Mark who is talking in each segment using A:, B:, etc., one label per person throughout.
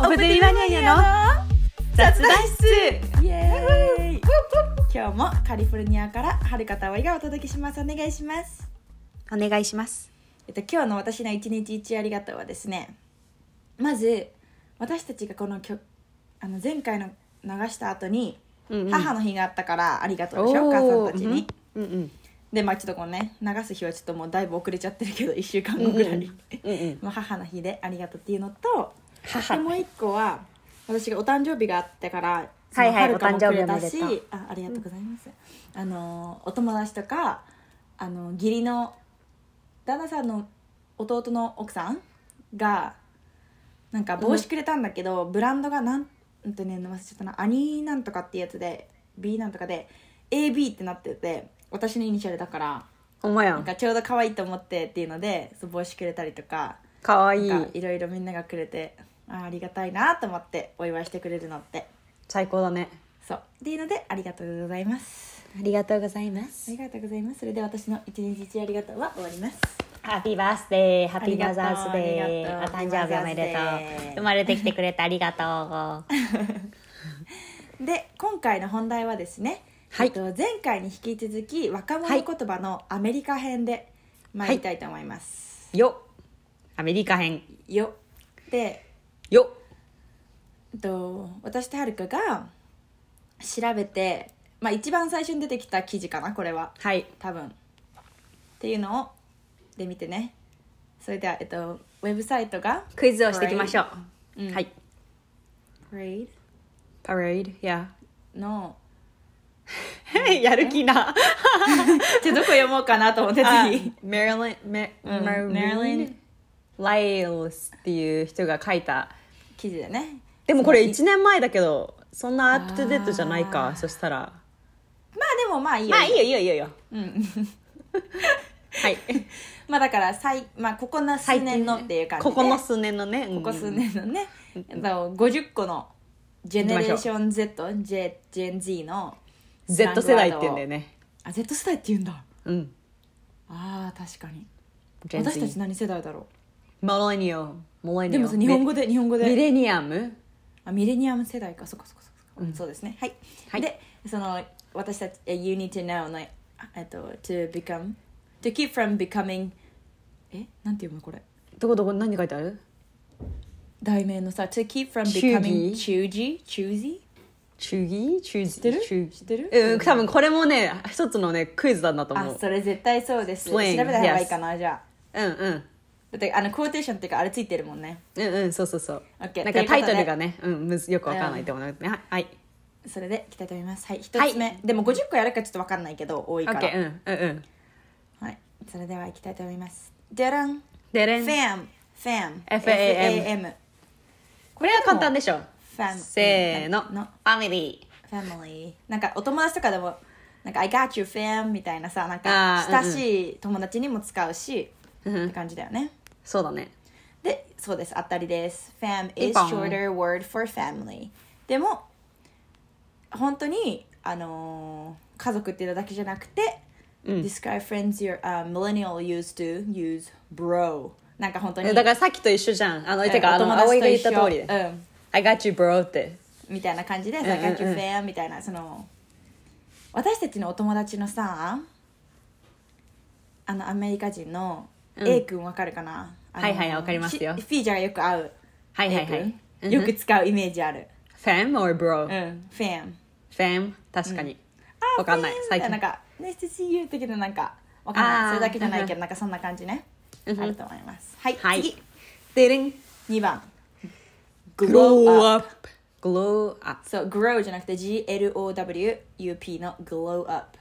A: オブデリバニャニャの雑談室
B: イエーイ
A: 今日もカリフォルニアからはるかたおいがお届けしますお願いします
B: お願いします
A: えっと今日の私の一日一ありがとうはですねまず私たちがこの曲あの前回の流した後に
B: うんうん
A: 母の日があったからありがとうでしょ、お母さんたちに、
B: うんうん
A: でまあちょっとこのね流す日はちょっともうだいぶ遅れちゃってるけど1週間後ぐらい、
B: うんう んうん
A: もう母の日でありがとうっていうのと
B: 母
A: でもう一個は私がお誕生日があったから
B: はいはい
A: その遥かも
B: お誕生日
A: くれたし
B: おめで
A: あありがとうございます、あのお友達とかあの義理の旦那さんの弟の奥さんがなんか帽子くれたんだけど、ブランドがなんうんとね忘れちゃったなアニーなんとかってやつで B なんとかで AB ってなってて私のイニシャルだから
B: お前や
A: なん
B: ん
A: かちょうど可愛いと思ってっていうのでそう帽子くれたりとか
B: かわいい
A: なんかいろいろみんながくれてあーありがたいなと思ってお祝いしてくれるのって
B: 最高だね
A: そうっていうのでありがとうございます
B: ありがとうございま
A: あ
B: す
A: りがとうございますそれで私の一日一ありがとうは終わります
B: ハッピーバースデーハッピ
A: あり
B: ーマ
A: がとう
B: ザーズデーお
A: あ
B: 誕
A: りがとう
B: 生日おめでと
A: ハッピーマザーズデ
B: う
A: ー
B: 生まれてきてくれてありがとう
A: で今回の本題はですね、
B: はい
A: えっと、前回に引き続き若者
B: はい
A: 言葉のアメリカ編で参りたいと思います、
B: よアメリカ編
A: よで
B: よ
A: えっと私とはるかが調べて、まあ、一番最初に出てきた記事かなこれは
B: はい
A: 多分っていうのをで見てねそれでは、えっと、ウェブサイトが
B: クイズをしていきましょう、
A: うん
B: はい
A: 「Parade
B: パレードいや
A: の
B: やる気な
A: じゃあどこ読もうかなと思って 次
B: メリリンメ
A: うん
B: マリリ
A: Marilyn
B: ンライオスっていう人が書いた
A: 記事でね
B: でもこれ
A: その日
B: 1年前だけどそんなアップトゥデートじゃないかそしたら
A: まあでもまあいいよ、
B: まあいいよいいよいいよいいよ
A: うん
B: はい
A: まあだから最、まあ、ここの数年のっていう感じで
B: ここの数年のね
A: ここ数
B: 年
A: 年のね、えっと、50個のジェネレーション Z ジェジェン Z の
B: Z 世代って言うんだよ
A: ね
B: ね
A: あ Z 世代って言うんだ
B: うん
A: あー確かに
B: Gen Z
A: 私たち何世代だろ
B: マレニアムマレニ
A: うで
B: アム
A: もさ日本語で日本語で
B: ミレニアム
A: あミレニアム世代かそっかそっかそっか、そうですねはい、
B: はい
A: でその私たちえ You need to know のえっと to become to keep from becoming えなんて読むこれ
B: どこどこ何書いてある
A: 題名のさ to keep from
B: チューギ
A: becoming
B: ー
A: choosy choosy
B: チュギチューズ知って
A: る知ってる
B: うん多分これもね一つのねクイズなんだと
A: あ
B: 思う
A: それ絶対そうです調
B: Slang
A: べた方がいいかな、じゃあ
B: うんうん
A: だってあのコーテーションっていうかあれついてるもんね
B: うんうんそうそうそう、
A: OK
B: なん
A: と
B: か
A: いうこと
B: タ
A: で
B: イトルがね、うん、むずよくわからないと思うので、ねはい
A: それでいきたいと思いますはい一つ目、でも50個やるかちょっと分かんないけど多い
B: オ
A: から、
B: ッケーうんうんうん
A: はいそれではいきたいと思いますじゃらん
B: でれん
A: FAM FAM
B: FAM
A: FAM
B: これは簡単でしょ
A: ファミ
B: せーの
A: の
B: ファミリ
A: ファミリーなんかお友達とかでもなんか「I got you fam」みたいなさなん
B: あ
A: か
B: ー
A: 親しい友達にも使うし、
B: ー、う
A: っ
B: ん
A: て、感じだよね
B: そうだね
A: でそうですあったりです「fam
B: ピン
A: is
B: ポン
A: shorter word for family」でも本当にあのー家族っていうのだけじゃなくて、describe friends your、uh, millennial used to use bro なんか本当に
B: えだからさっきと一緒じゃんあのてかあ
A: お
B: の
A: 友達と
B: 葵が言っ
A: 一緒
B: た通りで
A: うん
B: 「I got you bro」って
A: みたいな感じで「
B: んうん
A: I got you fam」みたいなその私たちのお友達のさあのアメリカ人の A 君わかるかな、あの
B: はいはいわかりますよ
A: フィフィージャーがよく会う
B: はいはい
A: A
B: はい
A: 君、よく使うイメージある
B: 「fam」or「bro」
A: うん「fam」
B: fam」確かに、
A: あ
B: わかんない
A: fam
B: 最近
A: なんか「nice to see you」的ななんかわかんない
B: あー
A: それだけじゃないけどなんかそんな感じねあ
B: ん
A: ると思いますはい、
B: はい
A: 次
B: でれん
A: 2番
B: grow up glow up
A: そう grow じゃなくて GLOWUP の glow up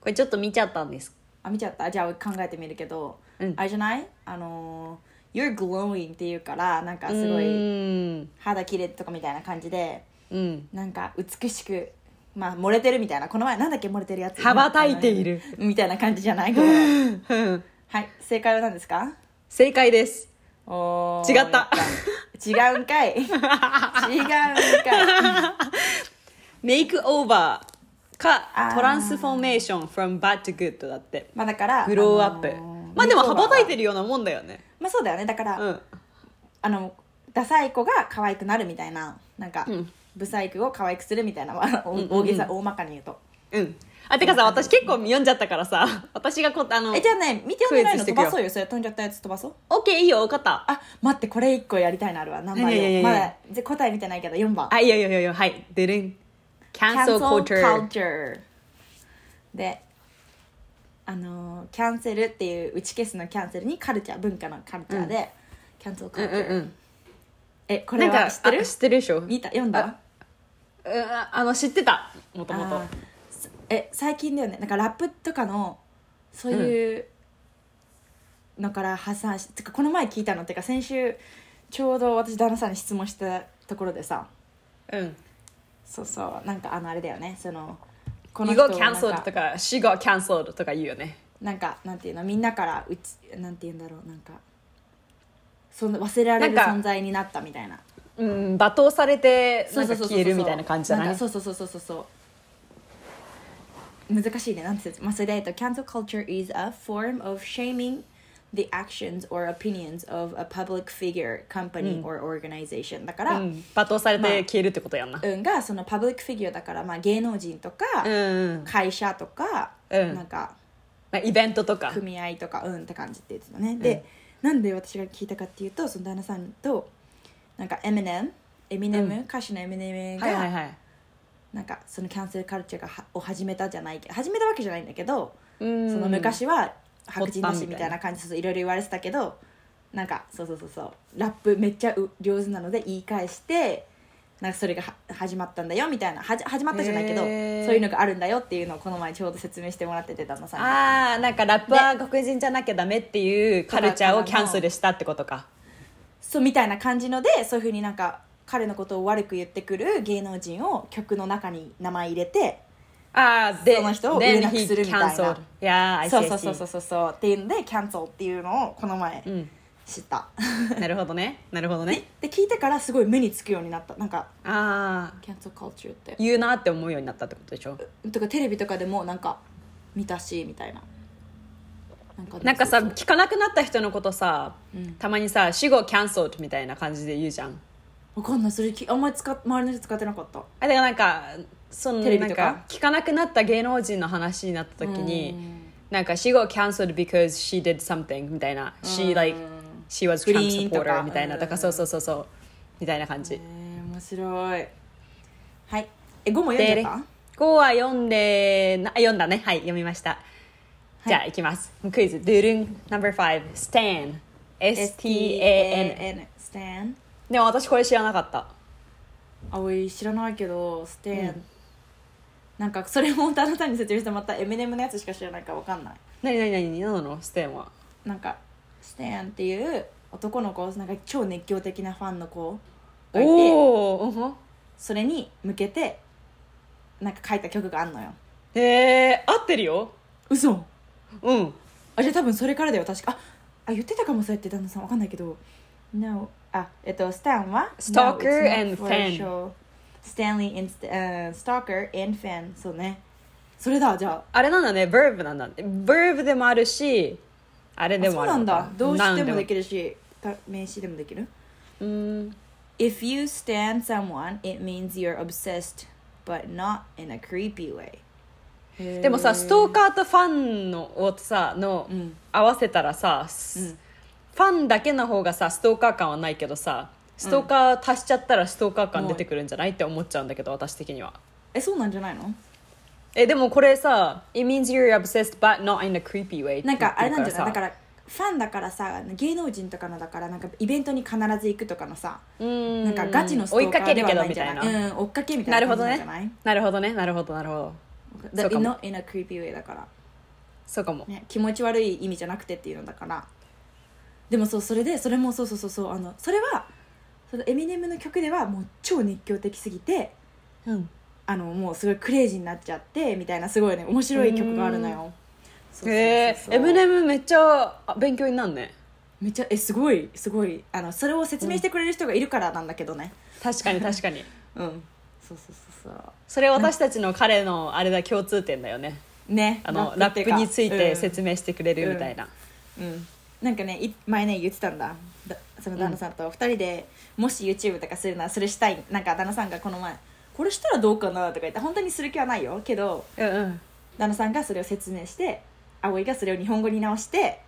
B: これちょっと見ちゃったんです
A: あ見ちゃったじゃあ考えてみるけど、
B: うん
A: あれじゃないあのー「You're glowing」っていうからなんかすご
B: う
A: い
B: ん
A: 肌綺麗とかみたいな感じで
B: うん
A: なんか美しくまあ漏れてるみたいなこの前なんだっけ漏れてるやつ
B: 羽ばたいている
A: あのみたいな感じじゃ ないこれ
B: うん
A: はい正解は何で すか
B: 正解です
A: おー
B: 違った
A: やった違うんか い違うんかい
B: make over か
A: あー
B: トランスフォーメーション from bad to good だって
A: まあだから
B: グローアップ、
A: あのー
B: まあでも
A: グロ
B: 羽
A: ーア
B: ば
A: ップ
B: たいてるようなもんだよね
A: まあそうだよねだから、
B: うん
A: あのダサい子が可愛くなるみたいななんか、
B: うん
A: ブサイクを可愛くするみたいな、まあ
B: うんうん
A: 大げさ大まかに言うと
B: うんあてかさ私結構読んじゃったからさ私がこあの
A: えじゃあね見て読んでないの
B: クイズしてく
A: 飛
B: よ
A: ばそうよそれ飛んじゃったやつ飛ばそう
B: オッケーいいよ分かった
A: あ待ってこれ一個やりたいのあるわ何番
B: いやいやいや
A: よ
B: いや
A: まだぜ答え見てないけど4番
B: あいいよいいよいいよはいでるん cancel culture
A: であのーキャンセルっていう打ち消すのキャンセルにカルチャー文化のカルチャーで、キャンセルカ
B: うん
A: ルチ
B: う
A: ャ
B: ん
A: ー、
B: うん
A: えこ
B: な
A: れ
B: んか
A: は知ってる
B: あ知ってるでしょ
A: 見た読んだ
B: うんああの知ってたもともと
A: あーすえ最近だよねなんかラップとかのそういううのから発散して、てかこの前聞いたのってか先週ちょうど私旦那さんに質問したところでさ
B: うん
A: そうそうなんかあのあれだよねそのこ
B: You
A: の
B: got
A: はなん
B: cancelled
A: か
B: とか She got cancelled とか言うよね
A: なんかなんていうのみんなからうちなんていうんだろうなんかそんな忘れられる
B: なんか
A: 存在になったみたいな
B: うん罵倒されて
A: そ
B: な
A: うんそ
B: か
A: うそうそう
B: 消えるみたいな感じじゃなんい
A: かそうそうそうそうそうそう難しいねなんて説明まあそれでえっと cancel culture is a form of shaming the actions or opinions of a public figure company or organization、だから、
B: うん罵倒され
A: まあ
B: て消えるってことやんな、
A: 運がそのパブリックフィギュアだから、まあ、芸能人とか、
B: うん
A: 会社とか、
B: うん
A: なんか
B: まあ、イベントとか
A: 組合とかうんって感じって言ってたね、でなんで私が聞いたかっていうとその旦那さんとなんかエミネムエミネム、
B: うん
A: 歌手のエミネムが、
B: はいはいはい
A: なんかそのキャンセルカルチャーがはを始めたじゃないけど始めたわけじゃないんだけど、
B: そ
A: その
B: の
A: 昔は白人だ
B: 発
A: し
B: 端み
A: み
B: た
A: た
B: い
A: い
B: な
A: な感じでいろいろ言われてたけどなんかそうそうそうそうラップめっちゃう上手なので言い返してなんかそれがは始まったんだよみたいなはじ始まったじゃないけど、
B: へー
A: そういうのがあるんだよっていうのをこの前ちょうど説明してもらってて旦那さんに。
B: ああなんかラップは黒人じゃなきゃダメっていうカルチャーをキャンセルしたってことか
A: そうみたいな感じのでそういうふうになんか彼のことを悪く言ってくる芸能人を曲の中に名前入れて
B: ああで
A: その人を
B: then
A: 上なくするみた
B: he
A: いな
B: cancelled yeah I see
A: そう
B: I
A: そ
B: see
A: うそうそうそうそうっていうんでキャンセルっていうのをこの前
B: うん
A: 知った、
B: なるほどねなるほどね
A: で聞いてからすごい目につくようになったなんか
B: ああ
A: キャンセルカルチューって
B: 言うなって思うようになったってことでしょ
A: とかテレビとかでもなんか見たしみたいななんか,、
B: なんかさ聞かなくなった人のことさ、
A: うん
B: たまにさ死後キャンセルみたいな感じで言うじゃん
A: わかんないそれきあんまり使っ周りの人使ってなかった
B: あだからなんかその
A: テレビとか
B: なんか聞かなくなった芸能人の話になった時
A: う
B: に
A: ん
B: なんか「She got cancelled because she did something」みたいな「She like she was
A: 不
B: Trump
A: 倫とか
B: supporter」みたいな
A: うん
B: とかそうそうそうそうみたいな感じ
A: えー、面白いはいえ5も読ん
B: で
A: じゃった
B: 5は読んでなあ読んだねはい読みました
A: い
B: じゃあいきますクイズ「ドゥルン No.5 Stan」STAN
A: STAN STAN
B: でも私これ知らなかった
A: あおい知らないけどステン、なんかそれも旦那さんに説明してもらったエミネムのやつしか知らないからわかんない
B: 何何何何なのステンは
A: なんかステンっていう男の子なんか超熱狂的なファンの子がいて
B: おおーうんふん
A: それに向けてなんか書いた曲があんのよ
B: えー、合ってるよ
A: 嘘
B: うん
A: あじゃあ多分それからだよ確かああ言ってたかもそうやって旦那さんわかんないけど No あえっとスタンは
B: Stalker
A: No, it's not
B: and
A: for
B: fan.
A: show. Stanley and st- うん Stalker and fan そうねそれだじゃあ
B: あれなんだね verb なんだ verb でもあるしあれで
A: あそ
B: も
A: う
B: ある
A: なん
B: のか
A: だ動詞でもで
B: る
A: きるした名詞でもできる
B: うーん
A: If you stand someone it means you're obsessed but not in a creepy way
B: でもさストーカーとファンのをさの、
A: うん
B: 合わせたらさ、す
A: うん
B: ファンだけの方がさストーカー感はないけどさストーカー足しちゃったらストーカー感出てくるんじゃないって思っちゃうんだけど私的には
A: えそうなんじゃないの
B: えでもこれさ「It means you're obsessed but not in a creepy way」
A: なんかあれなんじゃないだ
B: ら
A: からファンだからさ芸能人とかのだからなんかイベントに必ず行くとかのさ
B: な
A: なんかガチのストー
B: 追い
A: カ
B: か
A: ー
B: け
A: で
B: る
A: は
B: け
A: な
B: ど
A: いん
B: み
A: じゃ
B: たい
A: な、
B: ない
A: うん、追っかけみた
B: ないる
A: な
B: ほ
A: 感じ
B: ど
A: なんじ
B: ね
A: ゃない
B: なるほどねなるほどなるほどそ
A: だ
B: うかも
A: not in a creepy way だから、
B: そうかも
A: ね、気持ち悪い意味じゃなくてっていうのだからでもそうそれでそれもそうそうそうそうあのそれはそのエミネムの曲ではもう超熱狂的すぎて
B: うん
A: あのもうすごいクレイジーになっちゃってみたいなすごいね面白い曲があるのよそうそうそうそう
B: へえエムネムめっちゃあ勉強になんね
A: めっちゃえすごいすごいあのそれを説明してくれる人がいるからなんだけどね
B: 確かに確かに
A: うんそうそうそうそう
B: それ私たちの彼のあれだ共通点だよね
A: ね
B: あの
A: ラ
B: ラ
A: ップっ
B: ッ
A: て
B: プ
A: うか
B: について
A: うん
B: 説明してくれるみたいな
A: うん、なんかねい前ね言ってたんだだその旦那さんと2人でもし YouTube とかするならそれしたいなんか旦那さんがこの前これしたらどうかなとか言って本当にする気はないよけど
B: うんうん
A: 旦那さんがそれを説明して葵がそれを日本語に直して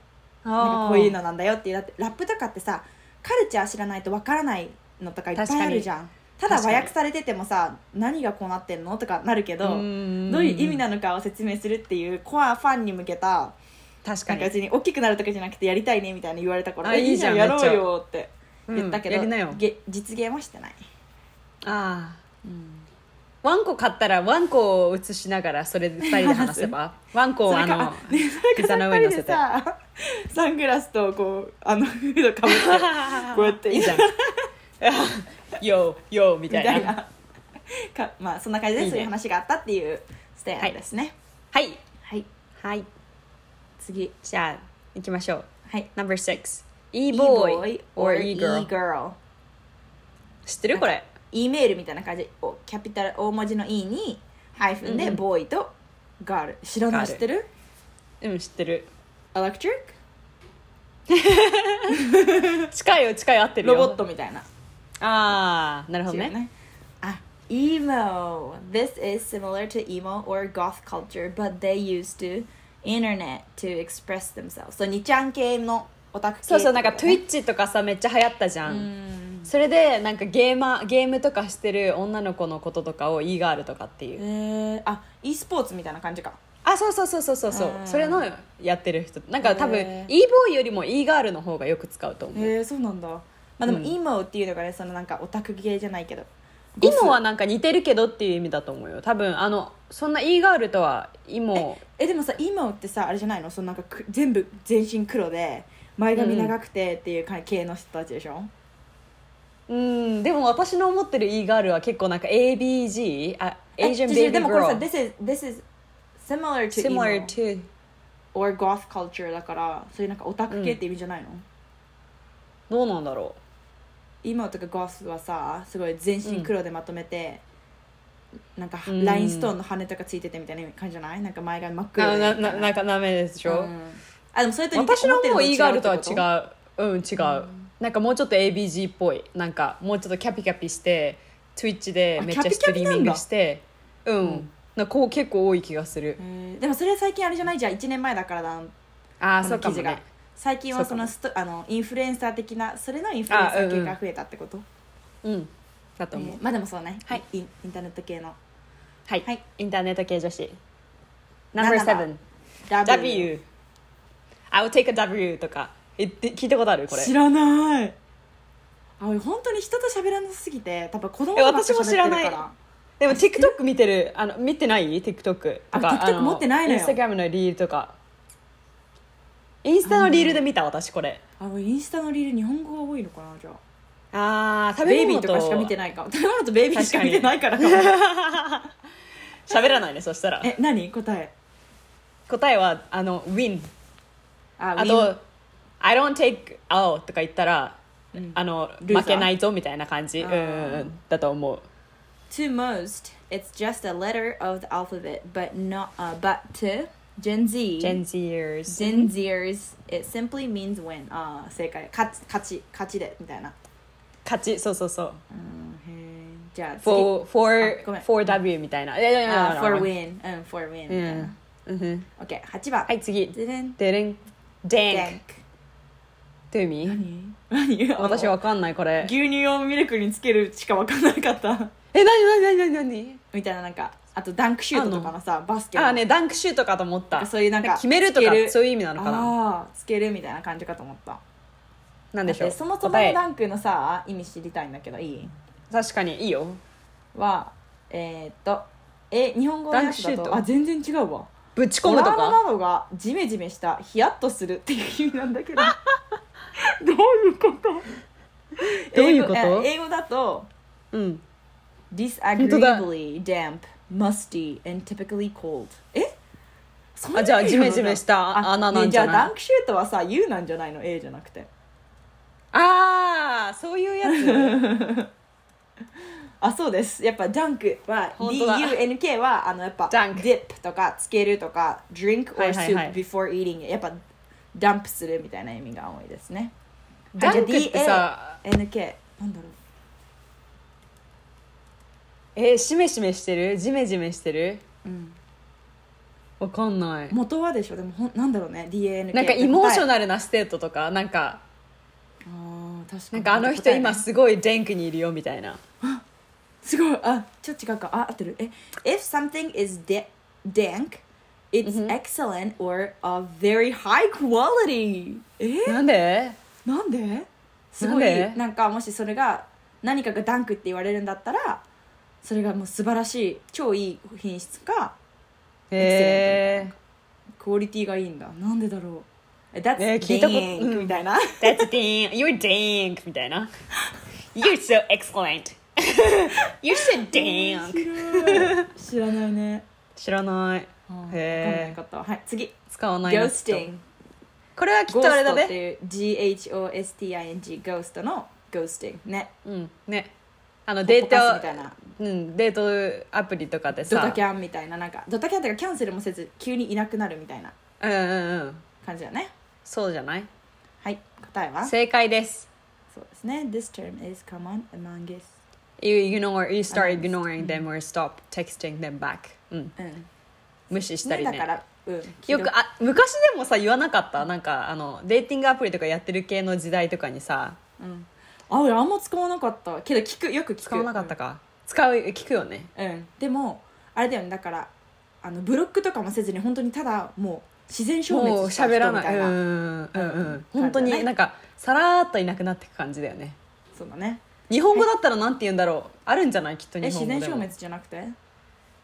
A: な
B: あ
A: んかこういうのなんだよってだってラップとかってさカルチャー知らないとわからないのとかいっぱいあるじゃんただ
B: 確か
A: 和
B: に
A: 訳されててもさ何がこうなってんのとかなるけど
B: う
A: ど
B: ん
A: う
B: うんうん
A: いう意味なのかを説明するっていうコアファンに向けた
B: 確
A: な
B: か
A: んか
B: に
A: 別に大きくなるとかじゃなくてやりたいねみたいに言われたから
B: あ
A: え
B: いいじゃん
A: やろう
B: めっちゃ
A: よって言ったけど、
B: うんやりなよ
A: げ実現はして ない
B: ああワンコ買ったらワンコを映しながらそれで2人で話せばワンコ
A: そ
B: を
A: れ
B: あ
A: か
B: の
A: あねそ
B: 膝
A: れ
B: の
A: か
B: 上に乗
A: さ二
B: せ
A: 人で
B: て
A: さ サングラスとこうあのフードかぶってこうやって
B: いい じゃん よーよーみ
A: み
B: たい
A: た
B: ない
A: な かまあそんな感じで
B: いいね
A: そういう話があったっていうステアですね
B: はい
A: はい、
B: はい
A: 次
B: じゃあ行きましょう
A: はい
B: Number 6 E boy or E girl
A: E-girl
B: 知ってるこれ
A: E メールみたいな感じおキャピタル大文字の E にハイフンでボーイとガール知らない知
B: Girl
A: ってる
B: うん知ってる
A: Electric?
B: 近いよ近い合ってる
A: ロ
B: よ
A: ボットみたいな
B: ああなるほど
A: 違う
B: ね
A: ねあ Emo This is similar to emo or goth culture but they used to internet to express themselves そう2ちゃん系のオタク系
B: そうそうなんか
A: ってことだね
B: Twitch とかさめっちゃ流行ったじゃん
A: うん
B: それでなんかゲーマーゲームとかしてる女の子のこととかを E ガールとかっていう、
A: えー、あ e スポーツみたいな感じか
B: あそうそうそうそうそうそう
A: うん
B: それのやってる人なんか多分
A: へー
B: e ボーイよりも e ガールの方がよく使うと思う
A: へえー、そうなんだまあでも、
B: うん
A: emo っていうのがねそのなんかオタク系じゃないけど
B: イモはなんか似てるけどっていう意味だと思うよ多分あのそんな e ガールとはイモ
A: えでもさ emo ってさあれじゃないのそのなんかく全部全身黒で前髪長くてっていうか系の人たちでしょ、
B: うんでも私の思ってる e ガールは結構なんか ABG あ
A: え
B: Asian Baby
A: 違う違うでもこれさ
B: Girl
A: this is, this is similar to
B: similar
A: emo
B: to
A: or goth culture だからそういうなんかオタク系って意味じゃないの、
B: どうなんだろ
A: emo とか goth はさすごい全身黒でまとめて、なんか
B: うん
A: ラインストーンの羽とかついててみたいな感じじゃないなんか前髪真っ
B: う
A: 黒
B: な
A: で
B: な
A: みたい
B: ななんかダメでしょ、
A: うんあでもそれと似て
B: 私のもう
A: 思
B: e
A: ってる
B: ガー
A: の
B: ルとは違
A: ってこ
B: ううん違う、なんかもうちょっと ABG っぽいなんかもうちょっとキャピキャピして Twitch で
A: あ
B: めっちゃ
A: キャピ
B: ス
A: キャ
B: ト
A: ピ
B: リー
A: な
B: ミ
A: ん
B: ン
A: だ
B: グしてうん、
A: うん
B: なんかこう結構多い気がする
A: とへーでもそれは最近あれじゃないじゃん1年前だからだ
B: ああ
A: こ
B: そ
A: の
B: うか
A: 記
B: も
A: 事が、
B: ね
A: 最近はそのストあのインフルエンサー的なそれのインフルエンサー系が増えたってこと、
B: うんだと思う、
A: えーまあでもそうね、
B: はい
A: インインターネット系の
B: はい、
A: はい
B: インターネット系女子
A: 七番
B: No.7 W I will take a W とかえで聞いたことあるこれ
A: 知らないあ俺本当に人と喋らなすぎて多分子供と
B: え
A: ばっか喋っ
B: 私
A: てる
B: も
A: から
B: 知らないでも TikTok 見てるあの見てない TikTok とか
A: あ TikTok 持ってないのよ
B: インスタグラムのリールとかインスタのリールで見た私これ
A: あ俺インスタのリール日本語が多いのかなじゃあ
B: あー食
A: ベ
B: べ
A: イビ
B: 物
A: ーとかしか見てないかも食べ物とベイビーしか見てないからかも
B: 喋らないねそしたら
A: え何答え
B: 答えはあの Win
A: あ
B: あ
A: Win
B: と I don't take out とか言ったら、あの
A: ルーザー
B: 負けないぞみたいな感じ
A: あ
B: うん
A: ー
B: うんうんだと思う
A: To most, it's just a letter of the alphabet, but not uh, but to Gen Z,
B: Gen Zers
A: Gen Zers, it simply means win. ああ、正解。勝ち、勝ち、勝ちでみたいな。
B: 勝ちそうそうそう
A: うん、へーじゃあ次、
B: for
A: あごめ
B: for
A: ん
B: for W みたいな。いやいやいやいや
A: あー for win, うん、for win み
B: う
A: たいな。
B: ん。うんふん
A: OK、八番。
B: はい次。
A: でれん。
B: でれん。
A: Dank
B: Dank。to me。
A: 何？
B: 私わかんないこれ。
A: 牛乳をミルクにつけるしかわかんなかった。
B: えなになになになに
A: みたいななんか、あとダンクシュートとかのさ、バスケ
B: あ
A: の
B: ーねダンクシュートかと思った。
A: そういうなんか
B: 決めると
A: つ
B: か
A: ける
B: そういう意味なのかな。
A: あーつけるみたいな感じかと思った。
B: なんでしょ
A: だ
B: う。
A: ってそもそも
B: 答
A: の
B: え
A: ダンクのさ意味知りたいんだけどいい
B: 確かにいいよ。
A: はえーっとえ日本語
B: ダ
A: のやつ
B: ン
A: だ
B: クシュー
A: と
B: ト
A: あ全然違うわ
B: ぶち込
A: ト
B: む
A: ラ
B: と
A: ウマ
B: か。
A: などがジメジメしたヒヤッとするっていう意味なん だけどどういうこと
B: どういうこと
A: 英語え英語だと
B: うん。当だ
A: disagreeably damp musty and typically cold えそんな
B: あじゃあ
A: 意味
B: ジ
A: なの
B: メジメした
A: あ
B: 穴なんじゃ
A: ねじゃあ
B: な
A: ダ
B: い
A: ン。クシュートはさ U なんじゃないの A じゃなくて
B: ああそういうや つ。
A: あそうですやっぱダンクは
B: 本当だ
A: DUNK はあのやっぱ
B: ダンク
A: dip とかつけるとか drink
B: は
A: or
B: いはいはい
A: soup before eating やっぱダンプするみたいな意味が多いですね
B: ダンクってさ
A: NK なんだろう
B: えー、しめしめしてるジメジメしてる
A: うん
B: わかんない
A: 元はでしょでもほんなんだろうね DANK
B: なんかイモーショ
A: ル
B: ナルなステートとかなんか
A: あー確か
B: な
A: に
B: んかあの人今
A: 答えね
B: すごいデンクにいるよみたいな
A: すごいあちょっと違うかあ合ってるえ If something is de- dank it's excellent or of very high quality え
B: なんで
A: なんですごい
B: なん
A: な
B: で
A: んかもしそれが何かがダンクって言われるんだったらそれがもう素晴らしい超いい品質か
B: え
A: クオリティがいいんだなんでだろうえ That's
B: ね聞いたこと
A: dank
B: うん
A: みたい な
B: ー、That's Dink You're Dink みたいな You're so excellent You're so Dink
A: 白い知らない ね
B: 知らない
A: うんわかんな
B: へ
A: かったはい次
B: 使わないなきっと
A: Ghosting
B: これはきっ
A: ゴ
B: とあれ
A: ース
B: だ
A: トっ
B: ね
A: ていう GHOSTING ゴーストの Ghosting ね
B: うんねあの
A: デ
B: デ
A: ー
B: ー
A: タみ
B: ト
A: たいな
B: うん、デートアプリとかで
A: ド
B: さ
A: タキャンみたいななんかドタキャンっていうかキャンセルもせず急にいなくなるみたいな
B: うんうんうん
A: 感じだね
B: そうじゃない
A: はい答えは
B: 正解です
A: そうですね This term is common among us
B: You ignore you start
A: うん
B: ignoring them or stop texting them back、うん、
A: うん
B: 無視した
A: ね
B: りね
A: だからうん
B: よくあ昔でもさ言わなかったなんかあのデーティングアプリとかやってる系の時代とかにさ
A: うんあ俺あんま使わなかったけど聞くよく聞く
B: 使わなかったか、使う聞くよね
A: うん、でもあれだよねだからあのブロックとかもせずに本当にただもう自然消
B: もう
A: 滅した人
B: 喋
A: みた
B: ら
A: い
B: ないう
A: な
B: んうんうんう
A: うん
B: ん本当
A: 感じだ
B: に
A: ね
B: なんかさらーっといなくなってく感じだよね
A: そうだね
B: 日本語だったらなんて言うんだろうあるんじゃないきっと
A: え
B: 日本語
A: 自
B: でも
A: 然消滅じゃなくて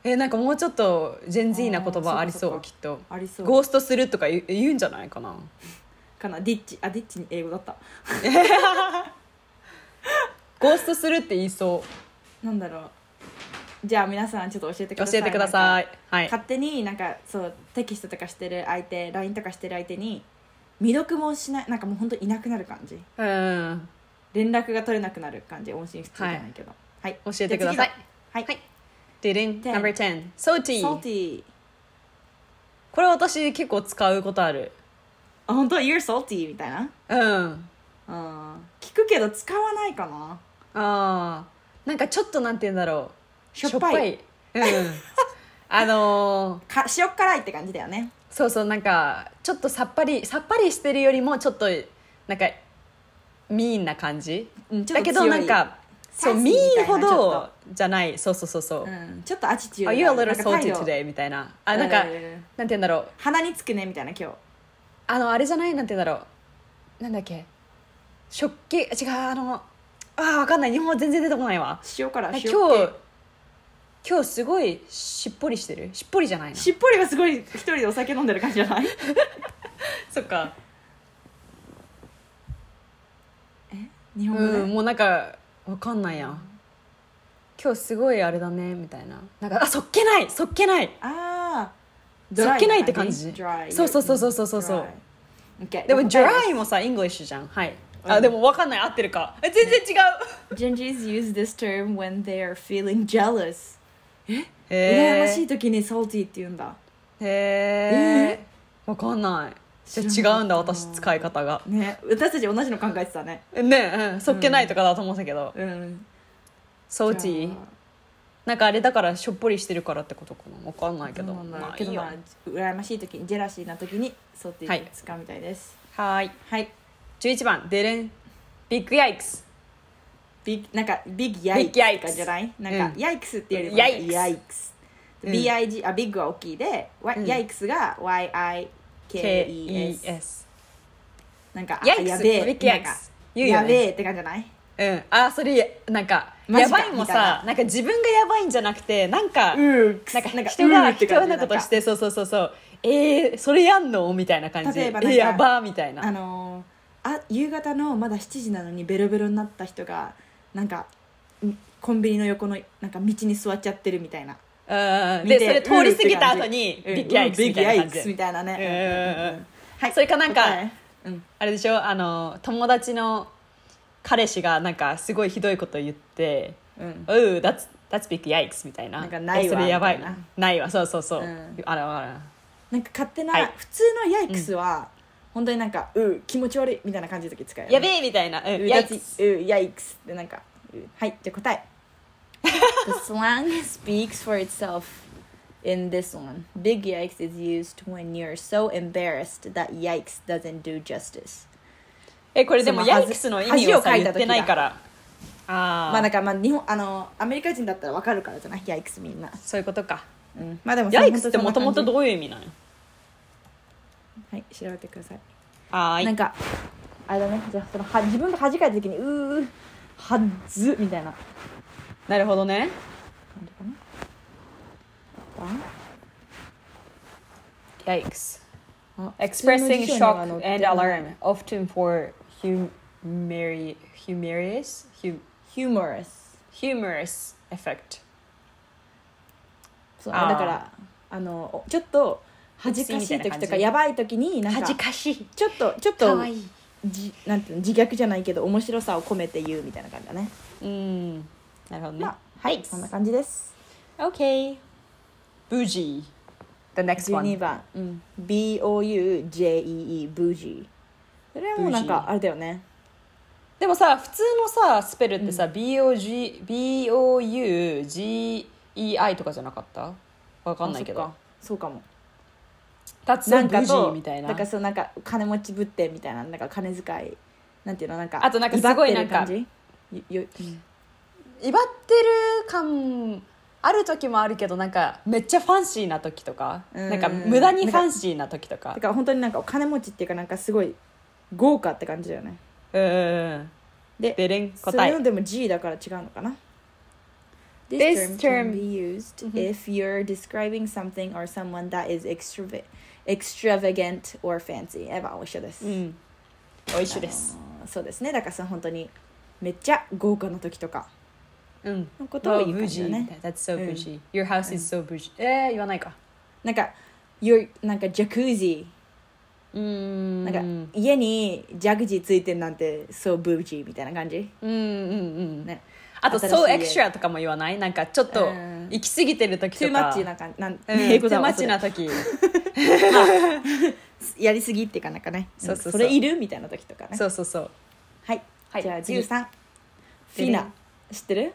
B: えなんかもうちょっとジェンジーな
A: あー
B: 言葉ありそう
A: そっか
B: きっと
A: ありそう
B: ゴーストするとか言う言うんじゃないかな
A: かなディッチあディッチに英語だった
B: ゴーストするって言いそう
A: なんだろうじゃあ皆さんちょっと 教えてく
B: 教
A: ださい
B: えてくださ
A: なんか
B: いはい
A: 勝手になんかそうテキストとかしてる相手 LINE とかしてる相手に未読もしないなんかもう本当いなくなる感じ
B: うん
A: 連絡が取れなくなる感じ音信不通じゃないけどはい、
B: 教えてください
A: じゃあ次だはい、
B: デリン
A: 10
B: Number 10 Salty
A: ソーティー
B: これ私結構使うことある
A: あ本当 You're salty みたいな
B: うん
A: うん聞くけど使わないかな
B: あーなんかちょっとなんて言うんだろう
A: しょっぱい
B: うんあのー
A: か塩辛いって感じだよね
B: そうそうなんかちょっとさっぱりさっぱりしてるよりもちょっとなんかミーンな感じ
A: うんちょっ
B: だ
A: と
B: け
A: 強い
B: どなんかそう
A: サス
B: ミ
A: みた
B: ーン
A: いな
B: ほ
A: ちょっ
B: どじゃないそうそうそうそう
A: と、うん、ちょっとアチチュー
B: Are you
A: ド
B: a
A: が
B: little
A: なんか態
B: salty
A: 度
B: today? みたいなあなんか、
A: う
B: な
A: ん
B: んて言うんだろう
A: 鼻につくねみたいな今日
B: あのあれじゃないなんて言うんだろうなんだっけ食器違うあのあーわかんない日本語全然出てこないわ
A: 塩辛
B: なん
A: 塩
B: か
A: 気
B: 今日今日すごいしっぽりしてるしっ ぽりじゃないな
A: しっぽりはすごい一人でお酒飲んでる感じじゃない
B: そっか
A: 日本語
B: うん
A: ね
B: もうなんかわかんないやん今日すごいあれだねみたいななんかあそっけないそっけない
A: ああ
B: そっけないって感じそうそうそうそうそうそうそうでも dry もさ English じゃんはいあでもわかんない合ってるかえ全然違う
A: Gingers use this term when they are feeling jealous
B: へ
A: 羨ま
B: ー
A: しい時に salty って言うんだ
B: へえわかんない
A: 知
B: じ
A: ら
B: ゃ
A: な
B: あ違
A: か
B: う
A: った
B: んだ
A: な
B: 私使い方が
A: ね私たち同じの考えてたね
B: ねえ、うん、そっけないとかだと思ったけど、
A: うん
B: ソーテ
A: じ
B: ィ
A: ゃ
B: ー
A: あ
B: なんかあれだからしょっぽりしてるからってことかなわかんないけ
A: けど
B: ど
A: ま
B: ま
A: あ、
B: あいいよ
A: まあ、羨ましい時にジェラシーな時にソーティーを使うみたいです
B: はーい
A: はい
B: 11番デレンビッグヤイクス
A: ビッグなんかビッグヤイ
B: ビッ
A: ク
B: グヤイクス
A: スじゃないなんか、
B: うん
A: ヤイクスっていうよりも
B: ヤイクス
A: ヤイクス
B: うん
A: BIG あビッグは大きいで、わ
B: うん
A: ヤイクスが YIKES
B: K-E-S
A: な んかあ
B: ヤイクス
A: やべえ
B: ビッグヤイク
A: なんか
B: ス言うよ
A: やべ
B: ね
A: えって感じじゃない
B: うんあそれなんか
A: マ
B: や
A: ジか
B: ばいも
A: みたいな
B: さなんか自分がやばいんじゃなくてなんか、
A: うん
B: なんか人が人がなことしててそうそうそうそうえー、それやんのみたいな感じ
A: 例えばなんか
B: えやばーみたい
A: あ
B: な
A: のーあ夕方のまだ7時なのにベロベロになった人がなんかんコンビニの横のなんか道に座っちゃってるみたいな
B: うん
A: 見
B: で
A: て
B: それ通り過ぎた後
A: う
B: にビ
A: ん
B: ッグヤイクスみたいな感じ
A: うんビッグヤイクスみたいなね
B: うんうんうん
A: は
B: それかなんか
A: 答えうん
B: あれでしょあの友達の彼氏がなんかすごいひどいこと言って
A: うん
B: 「おう that's, that's big yikes」みたいな
A: なんかないわ
B: えそれやばい
A: みたいな
B: ないわそうそうそう、
A: うん
B: あらあら
A: なんか勝手な、
B: はい
A: 普通のヤイクスは、本当になんか「う気持ち悪い」みたいな感じの時使うよね
B: やべえみたいな。う ん
A: う
B: や
A: や
B: いつ
A: うやいくすってなんかうはいじゃあ答え The slang speaks for itself in this one Big yikes is used when you're so embarrassed that yikes doesn't do justice
B: え、これでも
A: その
B: ヤ
A: 恥
B: イクスの意味をさ
A: 恥をかい
B: 言
A: た
B: っ
A: 時だ
B: てないから。ああ、
A: まあなんかまあ日本あのアメリカ人だったらわかるからじゃないヤイクスみんな、
B: そういうことか。
A: うん、まあでも
B: ヤイクスってもともと
A: う
B: どういう意味なの
A: はい調べてください
B: あ
A: なん
B: あ、
A: かあれだねじゃあそのは自分が恥かいた時にうーはっずみたいな
B: なるほどね。
A: 感じかなあった
B: ヤイクス。
A: あ
B: Expressing
A: 普通の辞書には
B: shock
A: 載ってない
B: and alarm, often for humor, humorous, hu-
A: humorous
B: humorous effect.
A: そう
B: あー
A: だからあのちょっと恥ずかしい
B: みたいな
A: 時
B: 感じ
A: とかやばい時になんか
B: 恥かしい。
A: ちょっとちょっ
B: か
A: と
B: わいい。
A: じなんていうの自虐じゃないけど面白さを込めて言うみたいな感じだね
B: うん。なるほどね
A: まあ。はいそんな感じです
B: Okay. Bougie. The next
A: 12
B: one.
A: 番、うん、BOUJEE ブージーそれはもうなん
B: ブージ
A: か
B: ー
A: あれだよね
B: でもさ、普通のさ、スペルってさ、BOG B-O-U-G-E-I とかじゃなかったわかんないけ
A: あそっ
B: ど
A: か。そうかも
B: That's
A: なん
B: so
A: か
B: bougie
A: と
B: みたいな。
A: んかそうなんか金持ちぶってみたいななんか金遣いなんていうのなんか
B: あとなんかすごい
A: 威張っ
B: なん
A: てる
B: か
A: 感じゆゆ
B: 威張ってる感ある時もあるけど、なんかめっちゃファンシーな時とか、
A: うん
B: なんか無駄にファンシーな時とか
A: だ。から本当になんかお金持ちっていうかなんかすごい豪華って感じだよね
B: うんうんうん。
A: で
B: ベレン
A: それ
B: 答え
A: の。でも G だから違うのかな
B: This term-
A: This term can be used if you're describing something or someone that is extrava- extravagant or fancy えば一緒です、
B: うん。美味しいです。
A: あーそうですねだからその本当にめっちゃ豪華な時とか
B: うん。
A: の
B: こ
A: ことを言う感じだね、
B: That's so
A: うん
B: bougie. Your house is so bougie. えー、言わないか。
A: なんか your なんかジャクージ
B: うーん。
A: なん
B: う
A: か
B: ん
A: 家にジャグジーついてるなんてそうブージーみたいな感じ
B: うんうん。
A: ね
B: あと、
A: 新しい
B: so
A: 家
B: extra とかも言わないなんかちょっと
A: うん
B: 行き過ぎてる時
A: ト
B: と
A: ゥーマッ
B: か。
A: チな感じなん
B: うん。
A: 英語だ
B: マ
A: わ
B: ッチな時。
A: やりすぎっていうかなんかね
B: そうそうそう
A: それいるみたいな時とかね
B: そうそうそう。
A: はい、
B: はい
A: じゃあ
B: 次
A: 13フィナ知ってる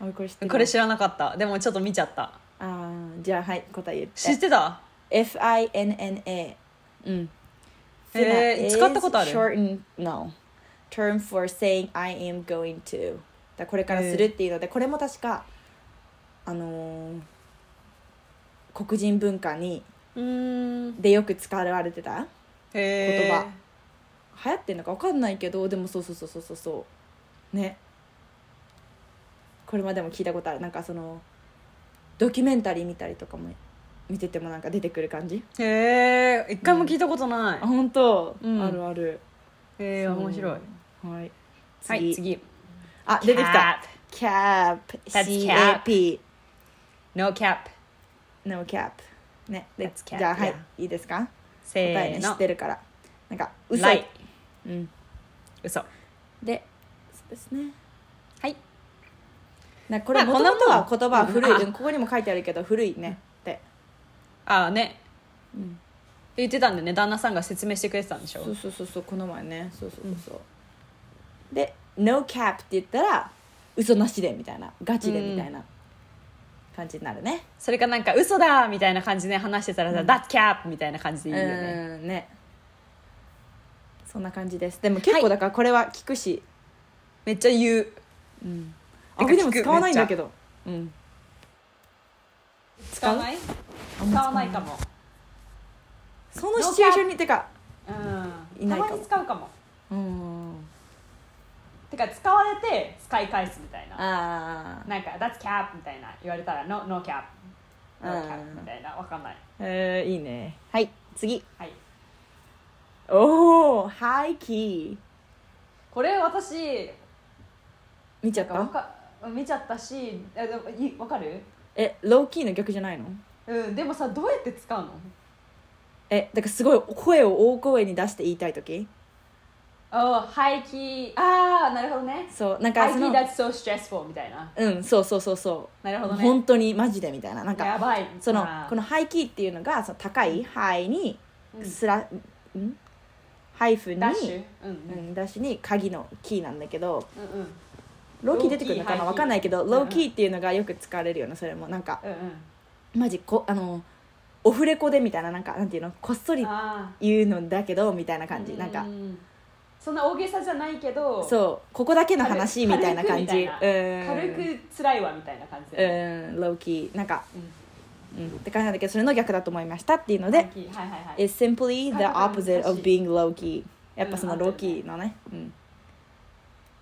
A: あこれ知ってる
B: これ知らなかった。でもちょっと見ちゃった。
A: あーじゃあはい答え言っ
B: 知っててた
A: FINNA うん
B: えー
A: Finna is
B: 使ったことある
A: shortened no term for saying I am going to だからこれからするっていうので、これも確かあのー黒人文化に
B: うーん。
A: でよく使われてた
B: へ
A: 言
B: ー
A: 葉流行ってんのか分かんないけどでもそうそうそうそうそうそうねこれまでも聞いたことあるなんかそのドキュメンタリー見たりとかも見ててもなんか出てくる感じ
B: へえ一回も聞いたことない、
A: あ本当、
B: うん
A: あるある
B: へえ
A: そう
B: 面白い
A: はい次,、
B: はい次
A: あ出てきた
B: Cap
A: c a
B: That's
A: p
B: cap
A: CAP
B: No cap
A: No cap ねで
B: That's cap
A: じゃあはい
B: yeah
A: いいですか答
B: せ
A: え
B: ー
A: ね知
B: の
A: ってるからなんか嘘
B: ライ
A: うん
B: 嘘
A: でそうですね
B: はい
A: なこれ
B: ま
A: も
B: あ
A: ともとは
B: こんなもん
A: 言葉は古い、
B: うん
A: うんここにも書いてあるけど古いねって
B: ああね
A: うん
B: 言ってたんでね旦那さんが説明してくれてたんでしょ
A: そうそうそうそうこの前ねそうそうそうそう、で「No cap」って言ったら嘘なしでみたいなガチでみたいな感じになるね
B: それかなんか嘘だみたいな感じで話してたらさ、That cap みたいな感じで
A: う
B: いい
A: ん
B: よね
A: ねそんな感じですでも結構だからこれは聞くし、
B: めっちゃ言う
A: あこれでも使わないんだけどうん
B: 使わない使わないかも
A: そのシチュエーションにてか
B: う
A: い
B: ん
A: な
B: た
A: いか
B: ま
A: も
B: に使うかも
A: うん
B: てか使われて使い返すみたいな
A: ああ
B: なんか That's cap みたいな言われたら No, no cap No
A: う
B: cap
A: ん
B: みたいなわかんない
A: えー、いいねはい次
B: はい
A: おおハイキー
B: これ私
A: 見ちゃっ
B: なん
A: た
B: かわか見ちゃったしえでもいわかる
A: えローキーの逆じゃないの
B: うんでもさどうやって使うの
A: えだからすごい声を大声に出して言いたい時
B: あ排気ああなるほどね
A: そうなんか
B: 排
A: そ
B: 気
A: の
B: that's so stressful みたいな
A: うんそうそうそうそう
B: なるほどね
A: 本当にマジでみたいななん
B: や
A: か
B: ばい
A: その
B: あー
A: このハイキーっていうのがその高いハイに
B: うん
A: すら、んハイフンに
B: ダッシュうん
A: うんダッシュに鍵のキーなんだけど
B: うんうんうん
A: ローキー出てくるのかな
B: ローキーハイキー
A: わかんないけど
B: うん
A: ローキーっていうのがよく使われるようなそれもなんか
B: うん
A: マジこあのオフレコでみたいななんかなんていうのこっそり
B: あ
A: 言うのだけどみたいな
B: ー
A: 感じなんか
B: ううそんな大げさじゃないけど
A: そうここだけの話み
B: 軽く
A: たいな感じ
B: 軽くみた
A: うん
B: 軽く辛いわみたいな感じ
A: う
B: で
A: んローキーなんか、
B: うん
A: うん、って感じなんだけどそれの逆だと思いましたっていうので
B: はいはいはい
A: It's simply the
B: はいはい
A: opposite of being low key やっぱその
B: うん
A: ローキーのね、うん、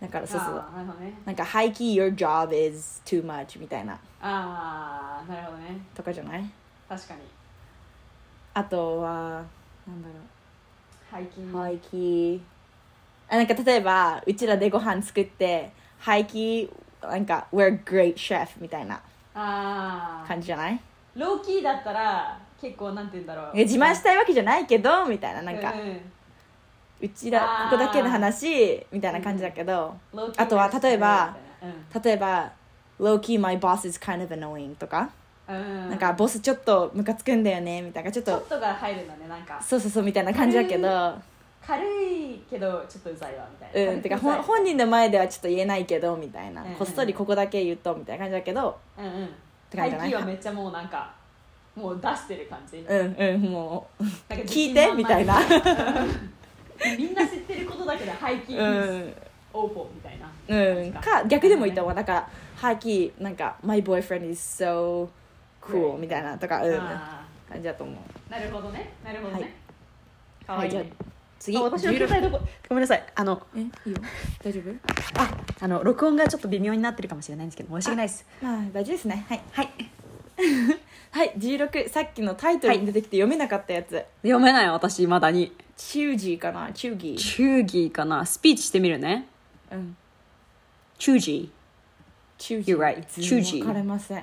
A: だからそうそう
B: あーなるほどね
A: なんか high key your job is too much みたいな
B: ああなるほどね
A: とかじゃない
B: 確かに
A: あとはなんだろ
B: 背筋
A: う high key あなんか例えばうちらでご飯作って high key なんか we're great chef みたいな
B: ああ
A: 感じじゃない
B: ローキーだったら結構なんて言うんだろう
A: え自慢したいわけじゃないけどみたいななんか、
B: う
A: うち
B: あ
A: ら
B: ー
A: ここだけの話みたいな感じだけど、
B: ローキー
A: あとは例えば
B: み
A: 例えば「low key my boss is kind of annoying」とか、
B: たいなうん、う
A: なんかボスちょっとムカつくんだよねみたいなちょっ
B: ちょっ
A: と
B: とが入るんだねなんか
A: そうそうそうみたいな感じだけど、
B: 軽いけどちょっとうざいわみたいな
A: うんてか
B: 軽
A: ほん
B: くうざい
A: 本人の前ではちょっと言えないけどみたいな、
B: うん
A: こっそりここだけ言うとみたいな感じだけど
B: うんうん
A: て感じじゃない
B: 背筋はめっちゃもうなんかもう出してる感じ、
A: うんうんもう
B: なんか
A: 聞いてみたいな
B: みんな知ってることだけど背筋、
A: うん
B: オーポみたいな
A: うんか逆でもいいと思うだから「ハーキーなんか my boyfriend is so cool」みたいなとかうん
B: あ
A: 感じだと思う
B: ーなるほどねなるほどね、
A: はい
B: かわいい、ね
A: はいじゃ次
B: あ私の携帯どこごめんなさいあの
A: えいいよ大丈夫
B: ああの録音がちょっと微妙になってるかもしれないんですけど申し訳ないです
A: まあ大丈夫ですねはい
B: はい
A: はい16さっきのタイトルに出てきて読めなかったやつ、
B: 読めない私まだに
A: チュージーかなチューギー
B: チューギーかなスピーチしてみるね
A: うん
B: チューギ
A: チュージー
B: You're right.
A: 全
B: チュー
A: 然
B: ジー
A: 分かれません
B: ー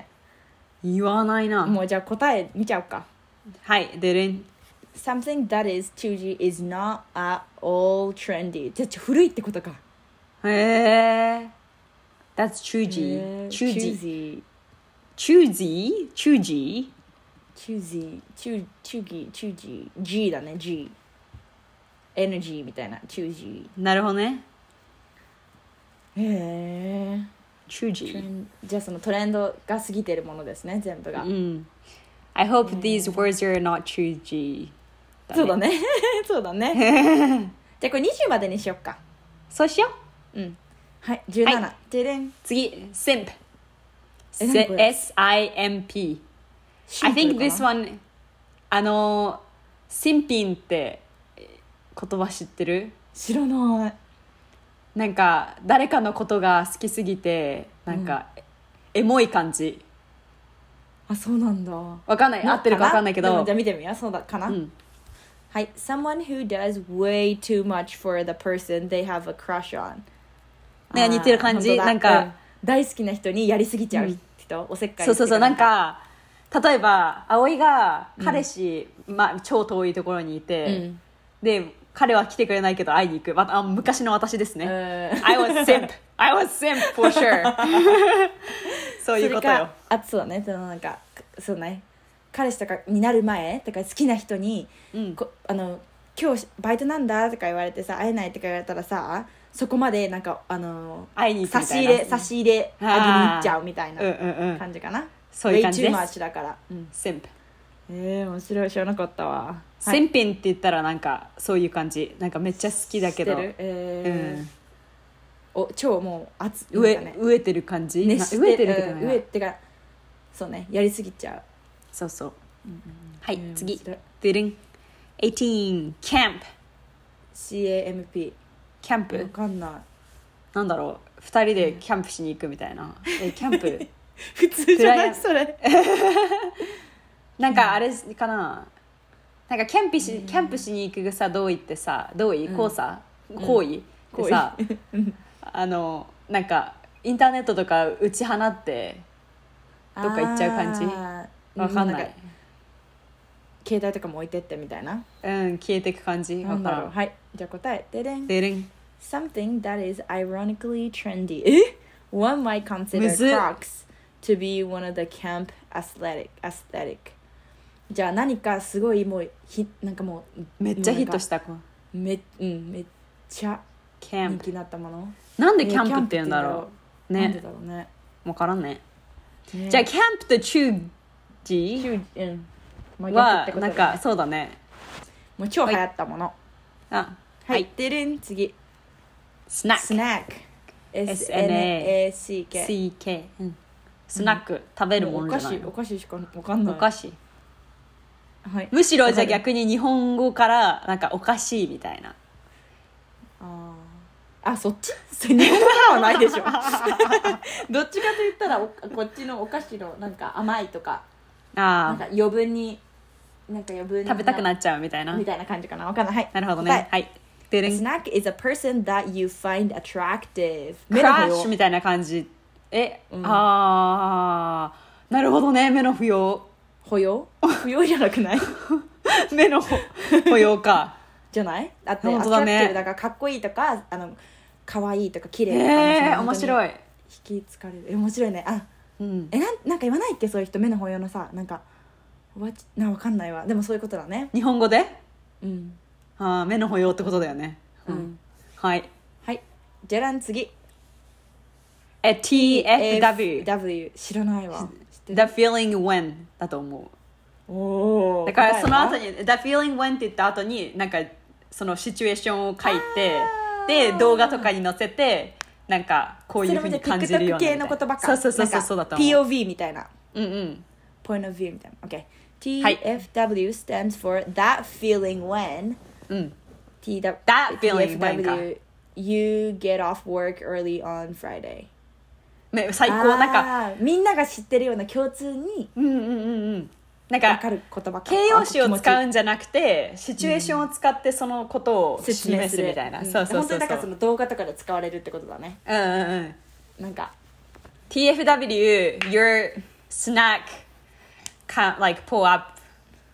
B: 言わないな
A: もうじゃあ答え見ちゃおうか
B: はいでれん
A: Something that is チュージー is not at all trendy じゃあ古いってことか
B: へえ That's チュージ
A: へ
B: ー
A: ー
B: チュージー
A: ジー
B: チュージーチュージ
A: チュージーチューチューギーチュージー G だね G エネジーみたいなチュージ
B: ーなるほどね
A: ーへ
B: チュージー
A: えじゃあそのトレンドが過ぎてるものですね全部が、
B: うん I hope these words are not チュージー
A: そうだね そうだね じゃあこれ20までにしよっか
B: そうしよう
A: うんはい17、
B: は
A: でれん
B: 次 simp
A: え何これ
B: S-I-M-P I think this one あのシンピンってえ言葉知ってる
A: 知らない
B: なんか誰かのことが好きすぎてなんか、エモい感じ
A: あそうなんだ合
B: わかんない合ってるかわかんないけど
A: じゃあ見てみようそうだかな、
B: うん
A: はい someone who does way too much for the person they have a crush on
B: なんか似てる感じ
A: あー本当だ
B: なんか
A: う大好きな人にやりすぎちゃう人、おせっかい
B: そうそうそうなん
A: っ
B: か例えば葵が彼氏、まあ、超遠いところにいて、
A: うん
B: で彼は来てくれないけど会いに行く、まあ、昔の私ですね、
A: ていうかな
B: I was
A: んか
B: simp I was simp for sure そう
A: う
B: い
A: んそうれ
B: ことよ
A: かあそうだねそのなんかそうね彼氏とかになる前とか好きな人に
B: うん
A: こあの今日バイトなんだとか言われてさ会えないとか言われたらさそこまでなんかあの
B: 会いに行く
A: 差
B: み
A: した
B: い
A: 入
B: な
A: れ差し入れあげに行っちゃうみたい
B: うん
A: な
B: うんうん
A: 感じかな、
B: そういう感じです
A: Way too much だから、うん、
B: simp
A: えー、面白い知らなかったわ
B: センピンって言ったらなんかそういう感じなんかめっちゃ好きだけど、
A: 知ってる
B: う
A: え
B: ん、
A: ーお超もう熱
B: 植
A: なん
B: え
A: かね
B: 植えてる感じ、
A: 熱して
B: な植えてるって
A: うん
B: 感
A: 植え
B: じ
A: てかそうねやりすぎちゃう
B: そうそう、はい、
A: うん
B: 次
A: 面白い
B: デリン18キャンプ
A: CAMP
B: キャンプ、
A: わかんない
B: なんだろう二人でキャンプしに行くみたいな、えキャン プ
A: 普通
B: じゃないそ
A: れ
B: なんかあれかななんかキャンプし、キャンプしに行くさ同意ってさ同意こうさ、行為ってさ、 あのなんかインターネットとか打ち放ってどっか行っちゃう感じわかんない、
A: 携帯とかも置いてってみたいな
B: うん、消えていく感じ。
A: な
B: わ
A: ん
B: か
A: だろ
B: ら。
A: うんはいじゃあ答えででん
B: でれん。
A: Something that is ironically trendy. Eh? One might consider
B: むずっ
A: Crocs to be one of the camp aesthetic. aesthetic. じゃあ何かすごいもうひなんかも
B: めっちゃヒットした。
A: うめ,、うん、めっちゃ
B: キャン
A: 人
B: プ
A: 気になったもの
B: なんで
A: ね
B: キャンプって言うんだろう
A: キャンプって
B: ね
A: 言うんだろうなんでだろ
B: 分からんね
A: うねね
B: じゃあキャンプとチュージ
A: あうん真
B: ー
A: 逆っ
B: は
A: てこと
B: な
A: だ
B: ん
A: ね
B: かそうだね
A: もう超流行ったもの
B: あ
A: は
B: はいい
A: でるん次
B: スナ
A: ス
B: ック
A: ナック SNACK
B: CK うんスナック食べるも
A: お
B: の
A: 菓
B: じゃな
A: 子
B: い
A: お
B: の
A: 菓子しかわかんな
B: お
A: い
B: 菓子
A: はい
B: むしろじゃあ
A: わかる
B: 逆に日本語からなんかおかしいみたいな
A: あーあそっち 日本語からはないでし ょどっちかと言ったらおこっちのお菓子のなんか甘いとかなん
B: あ
A: か
B: あ
A: 余分になんか余分に
B: 食べたくな
A: っ
B: っちゃうみたいな
A: みたいな感じかなわかんないはい
B: なるほど
A: 答
B: ね
A: え
B: はいでる
A: A
B: ん
A: snack is a person that you find attractive
B: クラッシュ
A: 目の
B: みたいな感じえ、
A: うん
B: あーなるほどね目の不要
A: 保養保養不要じゃなくない
B: 目の不要か
A: じゃないだって
B: 本当だね
A: attractive だからかっこいいとかあの可愛いとか綺麗とか
B: えー、面
A: い
B: 白い、
A: 引きつかれるえ面白いねあ
B: うん、
A: えなんなんか言わないっけそういう人目の保養のさなんかわちなんかわかんないわでもそういうことだね
B: 日本語で
A: うん
B: あー目の保養ってことだよね、
A: うん、
B: はい
A: はいじゃらん次
B: え TFW
A: W 知らないわ知っ
B: The
A: てる
B: feeling when だと思
A: おお
B: うだからその後に The feeling when って言った後になんかそのシチュエーションを書いて
A: あー
B: で動画とかに載せてなんかこういうふうに感じるような
A: それもじゃあ TikTok 系の言葉か
B: そうそうそうそうそうだと思う
A: POV みたいな
B: うんうん
A: point of view みたいな OK
B: はい
A: TFW stands for that feeling when
B: うん
A: TW
B: That feeling when か
A: TFW you get off work early on Friday
B: ね、最高なんか
A: あーみんなが知ってるような共通に
B: うんうんうんうんなん
A: 分
B: か
A: かる言葉か
B: 形容詞を使
A: う
B: うんじゃなくてシチュエーションを使ってそのことを
A: 説
B: 示
A: 明す
B: す
A: る
B: みたいな、
A: うん
B: そうそう
A: 本当
B: そう
A: に
B: そ
A: だからそうの動画とかで使われるってことだね
B: うんうんうん
A: なんか
B: TFW your snack can like pull up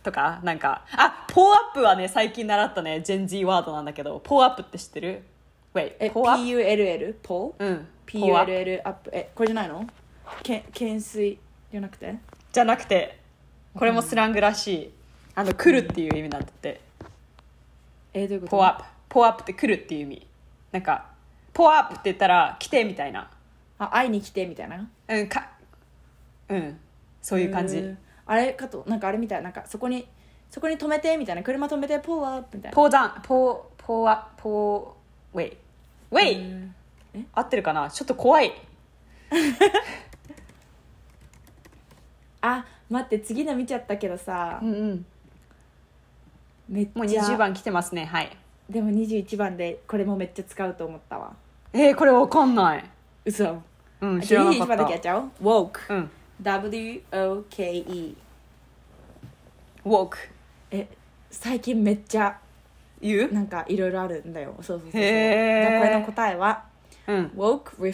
B: とかなんかあ pull up はね最近習ったねジェン Z ワードなんだけど pull up って知ってる wait
A: え
B: pull up
A: PULL ポ
B: うん pull up
A: PULL アップえこれじゃないのけ懸垂じゃなくて
B: じゃなくてこれもスラングらしいあの来るっていう意味なんだって
A: えどういうこと
B: ポアップポアップって来るっていう意味なんかポアップって言ったら来てみたいな
A: あ会いに来てみたいな
B: うんかうんそういう感
A: へ
B: じ
A: ーあれかとなんかあれみたいなんかそこにそこに止めてみたいな車止めてポーアップみたいな
B: ポーダンポーポーアポーウェイウェイ
A: うん
B: 合ってるかなちょっと怖い
A: あ待って次の見ちゃったけどさ
B: うんうん
A: めっ
B: もう
A: ちゃ
B: 20番来てますねはい
A: でも21番でこれもめっちゃ使うと思ったわ
B: えー、これわかんない
A: 嘘
B: うん知
A: じ
B: ら
A: ゃあ
B: な
A: 21
B: か
A: 番だけや
B: っ
A: っちゃおう Woke
B: たうん
A: W-O-K-E
B: ウォーク
A: え最近めっちゃ
B: 言う
A: なんかいろいろあるんだよそうそうそうそう
B: へー
A: だからこれの答えは
B: うん
A: woke refers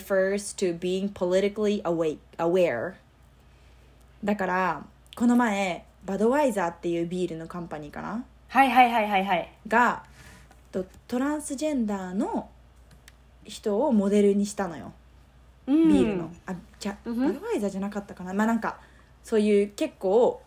A: to being politically awake aware だからこの前バドワイザーっていうビールのカンパニーかな
B: はいはいはいはいはい
A: がとトランスジェンダーの人をモデルにしたのよ
B: ビ
A: ビールの、あじゃ
B: う
A: バ
B: ん
A: ド
B: ふ
A: ワ
B: ん
A: イザーじゃなかったかなまあなんかそういう結構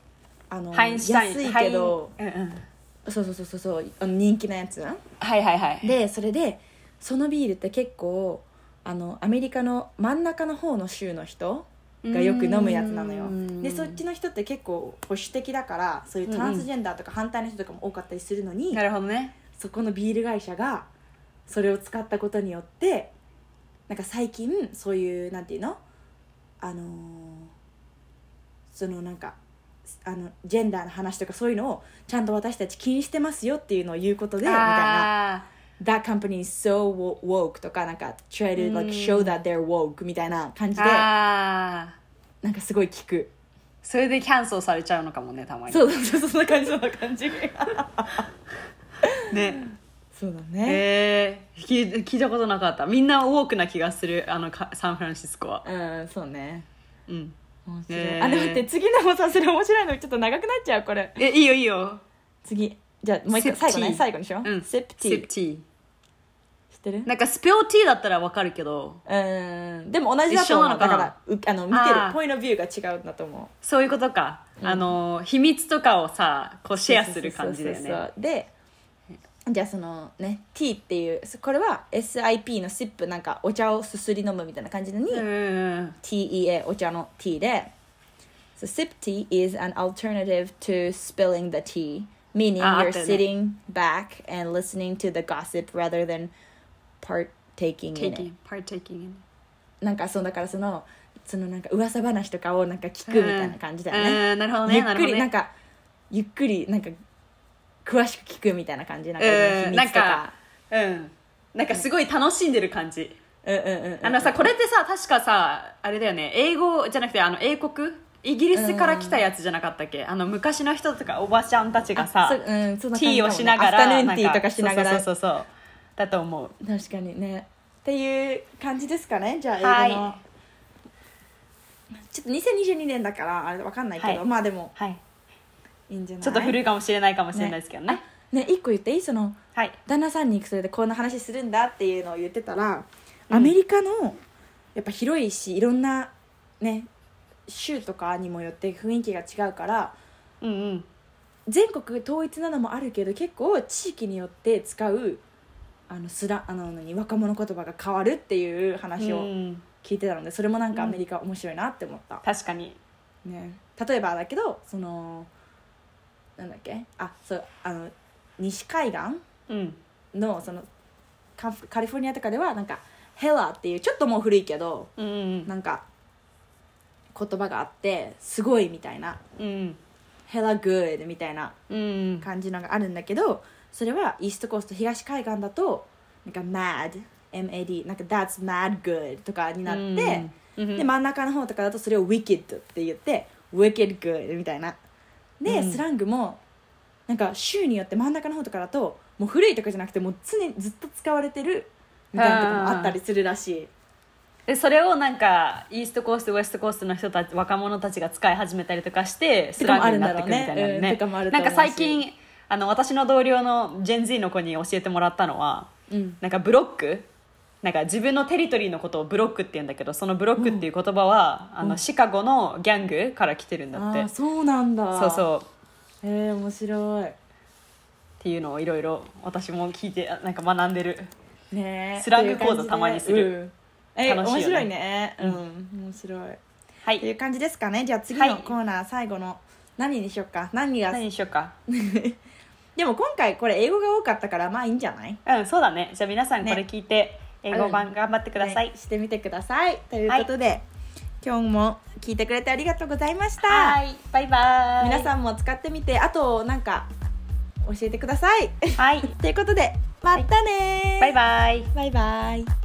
A: あの
B: ハインシュタイン
A: 安いけど
B: ハインうんうん
A: そうそうそうそうそうあの人気なやつ
B: はいはいはい
A: でそれでそのビールって結構あのアメリカの真ん中の方の州の人がよく飲むやつなの
B: う
A: よ
B: ん
A: でそっちの人って結構保守的だからそういうトランスジェンダーとか反対の人とかも多かったりするのに、
B: なるほどね
A: そこのビール会社がそれを使ったことによってなんか最近そういうなんていうのあのーそのなんかあのジェンダーの話とかそういうのをちゃんと私たち気にしてますよっていうのを言うことでみたいな
B: あ
A: that company is so wo- woke とかなんか try to
B: う
A: like
B: ん
A: show that they're woke みたいな感じ
B: ー
A: で
B: あー
A: なんかすごい聞く
B: それでキャンセルされちゃうのかもねたまに
A: そう そうそうそんな感じそんな感じ
B: ね
A: そうだね、
B: えー、聞い聞いたことなかったみんな多くな気がするあのかサンフランシスコは
A: うんそうね
B: うん
A: 面白い、
B: ね
A: あでも待って次のもさそれ面白いのちょっと長くなっちゃうこれ
B: えいいよいいよ
A: 次じゃあもう一個
B: Sip
A: 最後ね
B: tea
A: 最後にしよう、
B: うん
A: セプティ
B: シップ
A: ー
B: ティ
A: 知ってる
B: ーなんかスピルティーだったらわかるけど
A: うんでも同じだと
B: 一緒
A: 思
B: なの
A: うだ
B: か
A: か
B: な
A: らうあの見て
B: あ
A: る
B: ー
A: ポイントビューが違うんだと思う
B: そういうことか、あの秘密とかをさこうシェアする感じだよ
A: そうそう
B: ね
A: そうそうでじゃあそのね T っていうそこれは SIP のシップなんかお茶をすすり飲むみたいな感じのに、
B: うん
A: TEA お茶の T で So sip tea is an alternative to spilling the tea meaning
B: あ
A: you're
B: あったよね
A: sitting back and listening to the gossip rather than partaking in it
B: taking partaking
A: なんかそうだからそのそのなんか噂話とかをなんか聞くみたいな感じだよね、
B: うんなるほどね
A: ゆっ
B: なる
A: く
B: ほ
A: り
B: ど
A: なん
B: ね
A: かゆっくりなんか詳しく聞くみたいな感じなんか
B: うん
A: 秘密
B: なん
A: と
B: か
A: か
B: うんなんかすごい楽しんでる感じ
A: うんうんうんうん
B: あのさこれってさ確かさあれだよね英語じゃなくてあの英国イギリスから来たやつじゃなかったっけあの昔の人とかおばちゃんたちがさ
A: あそううんそんな
B: テ
A: 感
B: ィー
A: じかもね
B: をしながら
A: アフタヌーンティーとかしながら
B: んそうそうそうそうだと思う
A: 確かにねっていう感じですかねじゃあ
B: は
A: 英
B: い
A: 語の、ちょっと2022年だからあれわかんないけど、
B: はい
A: まあでも
B: はい
A: いいんじゃない
B: ちょっと古
A: い
B: いかもしれないかもしれないですけどね
A: ね一個言っていいその
B: はい
A: 旦那さんにそれでこんな話するんだっていうのを言ってたら、アメリカのやっぱ広いしいろんなね州とかにもよって雰囲気が違うから
B: うんうん
A: 全国統一なのもあるけど結構地域によって使うあのスラあの何若者言葉が変わるっていう話
B: う
A: を
B: ん
A: 聞いてたので、それもなんか
B: う
A: ア
B: ん
A: メリカ面白いなって思った、
B: 確かに
A: ね、例えばだけどそのなんだっけあそうあの西海岸
B: うん
A: のそのカフカリフォルニアとかではなんかヘラっていうちょっともう古いけど
B: うんうん
A: なんか言葉があってすごいみたいな
B: うん
A: ヘラグードみたいな
B: うん
A: 感じのがあるんだけどそれはイーストコースト東海岸だとなんか mad mad なんか that's mad good とかになって、
B: うんうん
A: で真ん中の方とかだとそれを wicked って言って wicked good みたいなで、
B: うん
A: スラングもなんか州によって真ん中の方とかだともう古いとかじゃなくてもう常にずっと使われてるみたいなとこもあったりするらしい
B: でそれをなんかイーストコーストウエストコーストの人たち若者たちが使い始めたりとかしてスラングになってくみたいなの
A: とかもあるんだろう
B: な
A: ねうんとかもあると思
B: ん
A: うし
B: か最近あの私の同僚のジェン Z の子に教えてもらったのは
A: うん
B: なんかブロックなんか自分のテリトリーのことをブロックって言うんだけどそのブロックっていう言葉は、あのシカゴのギャングから来てるんだ
A: あ
B: って
A: ーそうなんだ
B: そうそう
A: うえー、面白
B: っていうのをいろいろ私も聞いてあなんか学んでる
A: いねえ
B: スラング講座たまにする、
A: っていう感じで
B: 楽
A: うんえ
B: しいよね
A: 面白いねうん、面白い
B: は
A: ってい
B: いう
A: 感じですかねじゃあ次
B: は
A: の
B: い
A: コーナー、最後の何にしよっか何が
B: 何にしようか
A: でも今回これ英語が多かったからまあいいんじゃない
B: うんそうだねじゃあ皆さんこれ
A: ね
B: 聞いて、英語版頑張ってください、
A: ねしてみてくださいということで、今日も聞いてくれてありがとうございました、
B: はい、バイバイ。
A: 皆さんも使ってみてあとなんか教えてください
B: はい、
A: ということでまたねー
B: バイバイ。
A: バイバイ